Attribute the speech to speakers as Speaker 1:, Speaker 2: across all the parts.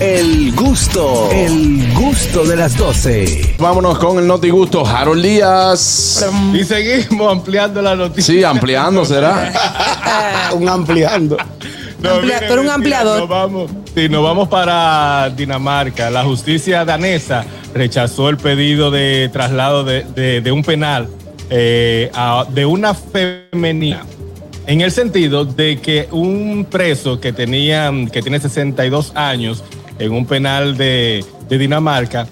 Speaker 1: El gusto, el gusto de las 12.
Speaker 2: Vámonos con el noti gusto, Harold Díaz.
Speaker 3: Y seguimos ampliando la noticia.
Speaker 2: Sí, ampliando será.
Speaker 4: un ampliando.
Speaker 3: No,
Speaker 5: Amplia-
Speaker 3: miren,
Speaker 5: tú eres un
Speaker 3: mira,
Speaker 5: ampliador.
Speaker 3: Nos vamos, sí, nos vamos para Dinamarca. La justicia danesa rechazó el pedido de traslado de, de- de un penal eh, a- de una femenina. En el sentido de que un preso que tenía, que tiene 62 años en un penal de, de Dinamarca,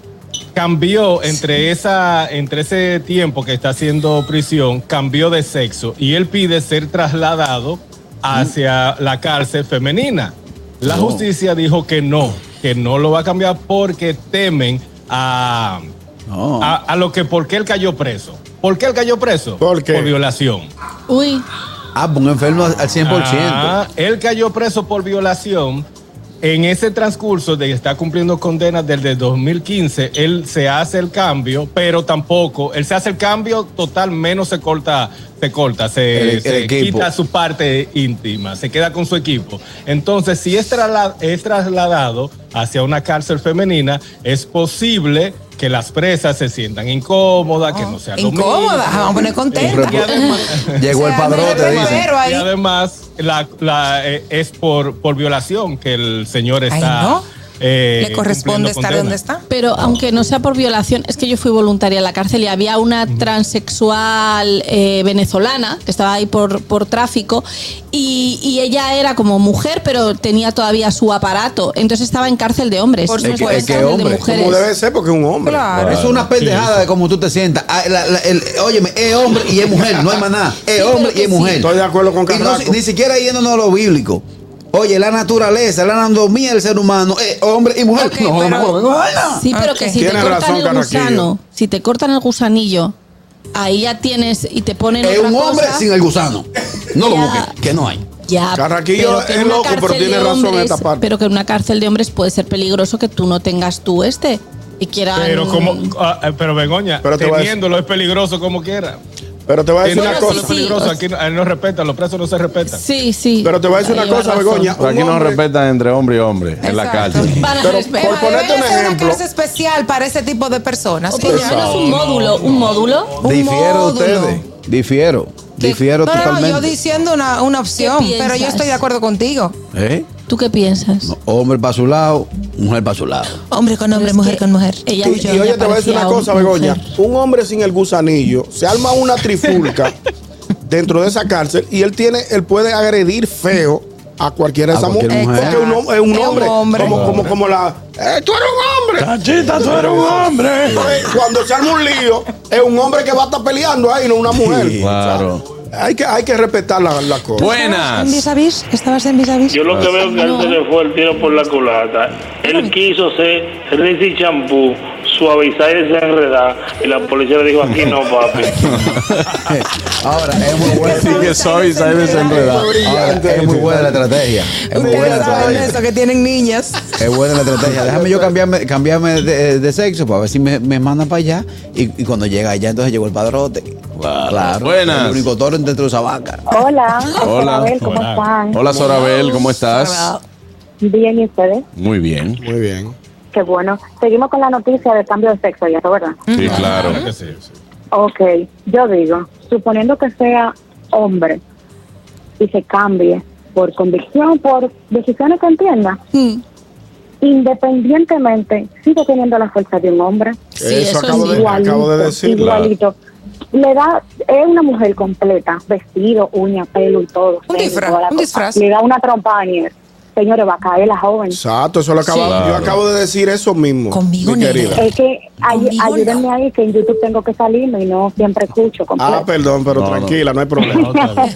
Speaker 3: cambió entre esa, entre ese tiempo que está haciendo prisión, cambió de sexo y él pide ser trasladado hacia la cárcel femenina. La
Speaker 2: No.
Speaker 3: justicia dijo que no, que no lo va a cambiar porque temen a, a, a lo que por qué él cayó preso. ¿Por qué él cayó preso?
Speaker 4: ¿Por qué?
Speaker 3: Por violación.
Speaker 5: Uy,
Speaker 6: Ah, pues un enfermo al 100%.
Speaker 3: Ah, él cayó preso por violación. En ese transcurso de que está cumpliendo condena desde 2015, él se hace el cambio, pero tampoco, él se hace el cambio total, menos se corta, se corta,
Speaker 6: El-
Speaker 3: se,
Speaker 6: el
Speaker 3: se
Speaker 6: equipo.
Speaker 3: quita su parte íntima, se queda con su equipo. Entonces, si es, trasla- es trasladado hacia una cárcel femenina, es posible que las presas se sientan incómodas, que no sea lo mismo.
Speaker 5: incómoda. Ah, Vamos a poner contenta.
Speaker 3: Y además-
Speaker 6: Llegó el padrote, dice.
Speaker 3: y además, la, la, eh, es por, por violación que el señor está.
Speaker 5: no.
Speaker 3: eh,
Speaker 5: Le corresponde
Speaker 3: cumpliendo
Speaker 5: estar
Speaker 3: condena.
Speaker 5: donde está.
Speaker 7: Pero aunque no sea por violación, es que yo fui voluntaria en la cárcel y había una transexual eh, venezolana que estaba ahí por, por tráfico y, y ella era como mujer, pero tenía todavía su aparato. Entonces estaba en cárcel de hombres.
Speaker 5: Por
Speaker 7: no estaba
Speaker 6: supuesto.
Speaker 7: en
Speaker 6: Es que- es que
Speaker 7: cárcel
Speaker 6: hombre.
Speaker 7: de
Speaker 4: Como
Speaker 7: mujeres.
Speaker 4: debe ser, porque es un hombre.
Speaker 5: Claro.
Speaker 6: Es una pendejada de cómo tú te sientas. Ah, la- la- el- óyeme, es hombre y es mujer, no hay más nada. Es
Speaker 7: Sí,
Speaker 6: hombre
Speaker 7: pero
Speaker 6: y
Speaker 7: que
Speaker 6: es mujer.
Speaker 7: sí.
Speaker 4: Estoy de acuerdo con
Speaker 6: Y no-
Speaker 4: Carraco.
Speaker 6: ni siquiera yéndonos a lo bíblico. Oye, la naturaleza, la anatomía del ser humano es hombre y mujer.
Speaker 5: Ok,
Speaker 6: no,
Speaker 5: pero-
Speaker 6: no, no, no.
Speaker 7: Sí, pero que
Speaker 5: Ok.
Speaker 7: si te
Speaker 4: Tienes
Speaker 7: cortan
Speaker 4: razón,
Speaker 7: el
Speaker 4: Carraquillo.
Speaker 7: gusano, si te cortan el gusanillo, ahí ya tienes y te ponen
Speaker 6: Es
Speaker 7: otra
Speaker 6: un hombre
Speaker 7: cosa.
Speaker 6: sin el gusano. No lo
Speaker 7: Ya.
Speaker 6: busques, que no hay.
Speaker 7: Ya,
Speaker 4: Carraquillo
Speaker 7: pero que
Speaker 4: es
Speaker 7: en una
Speaker 4: loco, pero
Speaker 7: cárcel
Speaker 4: tiene
Speaker 7: de
Speaker 4: razón en
Speaker 7: hombres-
Speaker 4: esta parte.
Speaker 7: Pero que en una cárcel de hombres puede ser peligroso que tú no tengas tú este y quieran.
Speaker 3: Pero como, ah, eh, pero Begoña,
Speaker 4: Pero te voy a decir-
Speaker 3: teniéndolo es peligroso como quiera.
Speaker 4: Pero te voy a decir
Speaker 3: Teniéndolo
Speaker 4: una cosa.
Speaker 3: es
Speaker 7: Bueno, sí, sí.
Speaker 3: peligroso,
Speaker 7: o
Speaker 5: pues.
Speaker 7: sea-
Speaker 3: aquí no, eh, no respetan, los presos no se respetan.
Speaker 7: Sí, sí.
Speaker 4: Pero te voy a decir
Speaker 7: Ahí
Speaker 4: una
Speaker 7: lleva
Speaker 4: cosa,
Speaker 7: razón.
Speaker 4: Begoña.
Speaker 2: Aquí
Speaker 4: Un
Speaker 2: no
Speaker 4: hombre-
Speaker 2: respetan entre hombre y hombre en la
Speaker 5: Exacto.
Speaker 2: cárcel.
Speaker 7: Van a
Speaker 4: Pero
Speaker 7: respetar.
Speaker 4: por poner- ponerte un
Speaker 5: Debe ser
Speaker 4: ejemplo.
Speaker 5: una clase especial para ese tipo de personas.
Speaker 7: O por lo menos un módulo, un módulo.
Speaker 6: Difiero
Speaker 5: módulo.
Speaker 6: ustedes. Difiero.
Speaker 5: Que-
Speaker 6: Difiero
Speaker 5: no, no, no,
Speaker 6: totalmente.
Speaker 5: yo diciendo una, una opción,
Speaker 7: ¿Qué
Speaker 5: pero yo
Speaker 7: piensas?
Speaker 5: estoy de acuerdo contigo.
Speaker 6: ¿Eh?
Speaker 7: ¿Tú qué piensas?
Speaker 6: No, hombre para su lado, mujer para su lado.
Speaker 5: Hombre con
Speaker 7: Pero
Speaker 5: hombre,
Speaker 7: es
Speaker 5: mujer
Speaker 7: que
Speaker 5: con mujer.
Speaker 7: Ella
Speaker 4: Y, y oye, te voy a decir una
Speaker 7: parecía
Speaker 4: cosa,
Speaker 7: un-
Speaker 4: Begoña.
Speaker 7: mujer.
Speaker 4: Un hombre sin el gusanillo se arma una trifulca dentro de esa cárcel y él tiene, él puede agredir feo a cualquiera de
Speaker 6: A
Speaker 4: esas mujeres.
Speaker 6: cualquier
Speaker 4: Porque
Speaker 6: mujer.
Speaker 4: un, hom- es un
Speaker 5: Es un
Speaker 4: hombre.
Speaker 5: hombre.
Speaker 4: Como, como, como la. ¡Eh, tú eres un hombre!
Speaker 2: Chachita, tú eres un hombre.
Speaker 4: Entonces, Cuando se arma un lío, es un hombre que va a estar peleando ahí, no una mujer.
Speaker 2: Claro.
Speaker 4: Hay que, hay que respetar la, la cosa.
Speaker 5: ¿En vis
Speaker 2: Buenas.
Speaker 5: a vis? ¿Estabas en vis a vis?
Speaker 8: Yo lo que veo que a él se le fue el tiro por la culata. Él quiso ser Rizzi Champú, suavizar y desenredar. Y la policía le dijo, aquí no, papi.
Speaker 6: Ahora, es muy buena.
Speaker 2: Sí que soy, sabes enredar.
Speaker 6: Ahora, es muy buena la estrategia. Es muy buena
Speaker 5: Ustedes
Speaker 6: la
Speaker 5: saben
Speaker 6: estrategia.
Speaker 5: eso, que tienen niñas.
Speaker 6: Es buena la estrategia. Déjame yo cambiarme, cambiarme de, de sexo para ver si me, me mandan para allá. Y, y cuando llega allá, entonces llegó el padrote. Claro.
Speaker 2: Buenas.
Speaker 6: El único toro dentro de esa vaca.
Speaker 9: Hola,
Speaker 2: Hola.
Speaker 9: Abel, ¿cómo
Speaker 3: Hola.
Speaker 9: están?
Speaker 2: Hola, Sorabel, ¿cómo estás?
Speaker 9: Bien, ¿y ustedes?
Speaker 2: Muy bien.
Speaker 4: Muy bien.
Speaker 9: Qué bueno. Seguimos con la noticia del cambio de sexo, ya, ¿verdad?
Speaker 4: Mm.
Speaker 2: Sí, claro.
Speaker 3: que sí, sí.
Speaker 9: Ok, yo digo, suponiendo que sea hombre y se cambie por convicción, por decisiones que entienda,
Speaker 7: Mm,
Speaker 9: independientemente, sigue teniendo la fuerza de un hombre.
Speaker 7: Sí, eso,
Speaker 4: acabo,
Speaker 7: sí.
Speaker 4: de, acabo de decirlo.
Speaker 9: igualito. Le da, es una mujer completa, vestido, uña, pelo y todo.
Speaker 5: Un
Speaker 9: pelo y
Speaker 5: disfraz,
Speaker 9: toda la
Speaker 5: un
Speaker 9: cosa.
Speaker 5: disfraz.
Speaker 9: Le da una trompa a Aniel. Señores, va a caer la joven.
Speaker 4: Exacto, eso lo acabo,
Speaker 2: Sí.
Speaker 4: yo
Speaker 2: Claro.
Speaker 4: acabo de decir eso mismo.
Speaker 5: Conmigo,
Speaker 4: mi
Speaker 5: nene. Eh,
Speaker 4: querida.
Speaker 9: Es que ay-
Speaker 5: Conmigo no.
Speaker 9: ayúdenme ahí, que en YouTube tengo que salirme y no siempre escucho. completo.
Speaker 5: eh.
Speaker 4: Ah, perdón, pero
Speaker 2: No, no.
Speaker 4: tranquila, no, hay problema.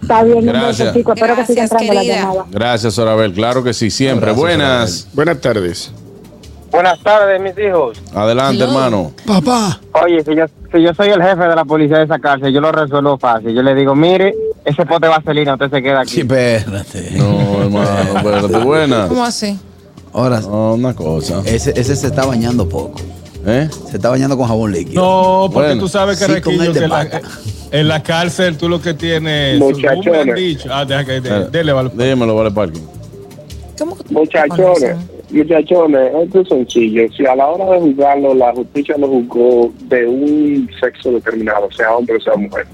Speaker 9: Está bien, un
Speaker 2: Gracias.
Speaker 9: beso, chicos. Espero que sigan
Speaker 5: Gracias,
Speaker 9: entrando la
Speaker 5: querida.
Speaker 9: llamada.
Speaker 2: Gracias, Sorabel. Claro que sí, siempre.
Speaker 6: Gracias,
Speaker 2: Buenas.
Speaker 4: Buenas tardes.
Speaker 10: Buenas tardes, mis hijos.
Speaker 2: Adelante,
Speaker 7: Hello.
Speaker 2: hermano.
Speaker 6: Papá.
Speaker 10: Oye, si yo, si yo soy el jefe de la policía de esa cárcel, yo lo resuelvo fácil. Yo le digo, mire, ese pote de vaselina, usted se queda aquí.
Speaker 6: Sí, espérate.
Speaker 2: No, hermano, espérate. Buenas.
Speaker 5: ¿Cómo así?
Speaker 6: Ahora,
Speaker 2: No, Ah, una cosa.
Speaker 6: ese, ese se está bañando poco.
Speaker 2: ¿Eh?
Speaker 6: Se está bañando con jabón líquido.
Speaker 3: No, porque
Speaker 2: Bueno,
Speaker 3: tú sabes que
Speaker 6: sí,
Speaker 3: Requillo,
Speaker 6: con el de
Speaker 3: que en la,
Speaker 6: vaca.
Speaker 3: en la cárcel tú lo que tienes.
Speaker 8: Muchachones.
Speaker 3: un buen dicho. Ah, deja que. de- dele, vale.
Speaker 2: Dímelo, vale, parking.
Speaker 5: ¿Cómo que-
Speaker 8: Muchachones,
Speaker 5: Bueno,
Speaker 11: Muchachones, esto es sencillo. Si a la hora de juzgarlo, la justicia lo juzgó de un sexo determinado, sea hombre o sea mujer,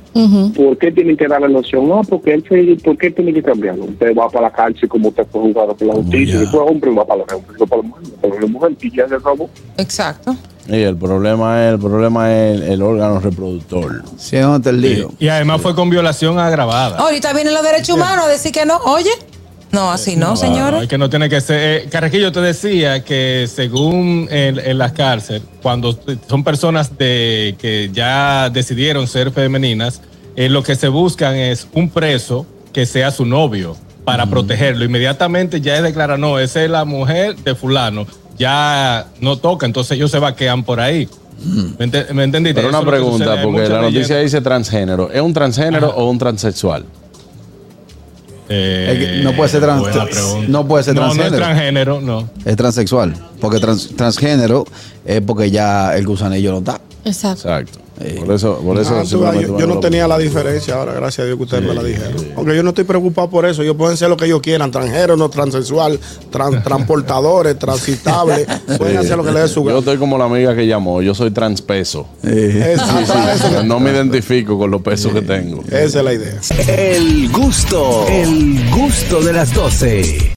Speaker 11: ¿por qué tienen que darle la opción? No, porque él se, ¿por qué tiene que cambiarlo? Usted va para la cárcel como usted fue juzgado por la justicia, y fue hombre, va para la hombre, no para la mujer, no para la mujer, y ya se acabó.
Speaker 5: Exacto.
Speaker 2: Y el problema es, el problema es el órgano reproductor.
Speaker 6: Sí, no te lío.
Speaker 3: Y además fue con violación agravada.
Speaker 5: Ahorita vienen los derechos humanos a decir que no. Oye, no, así no, señores.
Speaker 3: es que no tiene que ser. eh, Carraquillo te decía que según en, en las cárceles, cuando son personas de, que ya decidieron ser femeninas, eh, lo que se buscan es un preso que sea su novio para protegerlo. Inmediatamente ya él declara, no, esa es la mujer de fulano. Ya no toca, entonces ellos se vaquean por ahí. ¿Me, ente- me entendiste?
Speaker 2: Pero
Speaker 3: Eso
Speaker 2: una
Speaker 3: es lo que sucede,
Speaker 2: pregunta,
Speaker 3: hay
Speaker 2: porque
Speaker 3: mucha
Speaker 2: la
Speaker 3: leyenda.
Speaker 2: noticia dice transgénero. ¿Es un transgénero o un transexual?
Speaker 6: Es que no puede ser trans-
Speaker 3: Eh, buena pregunta.
Speaker 6: no puede ser
Speaker 3: No, no es
Speaker 6: transgénero.
Speaker 3: transgénero, no.
Speaker 6: Es transexual. Porque trans- transgénero es porque ya el gusanillo no está.
Speaker 7: Exacto.
Speaker 2: Exacto. Por eso, por
Speaker 4: Ah,
Speaker 2: eso
Speaker 4: tú ves,
Speaker 2: simplemente
Speaker 4: yo,
Speaker 2: van
Speaker 4: yo
Speaker 2: a
Speaker 4: no
Speaker 2: lo-
Speaker 4: tenía la diferencia ahora, gracias a Dios que ustedes me la dijeron. Aunque yo no estoy preocupado por eso, ellos pueden ser lo que ellos quieran, tranjeros, no transexual, tran- transportadores, transitables, pueden hacer lo que les dé su
Speaker 2: Yo
Speaker 4: gana.
Speaker 2: estoy como la amiga que llamó, yo soy transpeso.
Speaker 6: Eh,
Speaker 2: Sí, sí, No me identifico con los pesos que tengo.
Speaker 4: Esa es la idea.
Speaker 1: El gusto, el gusto de las 12.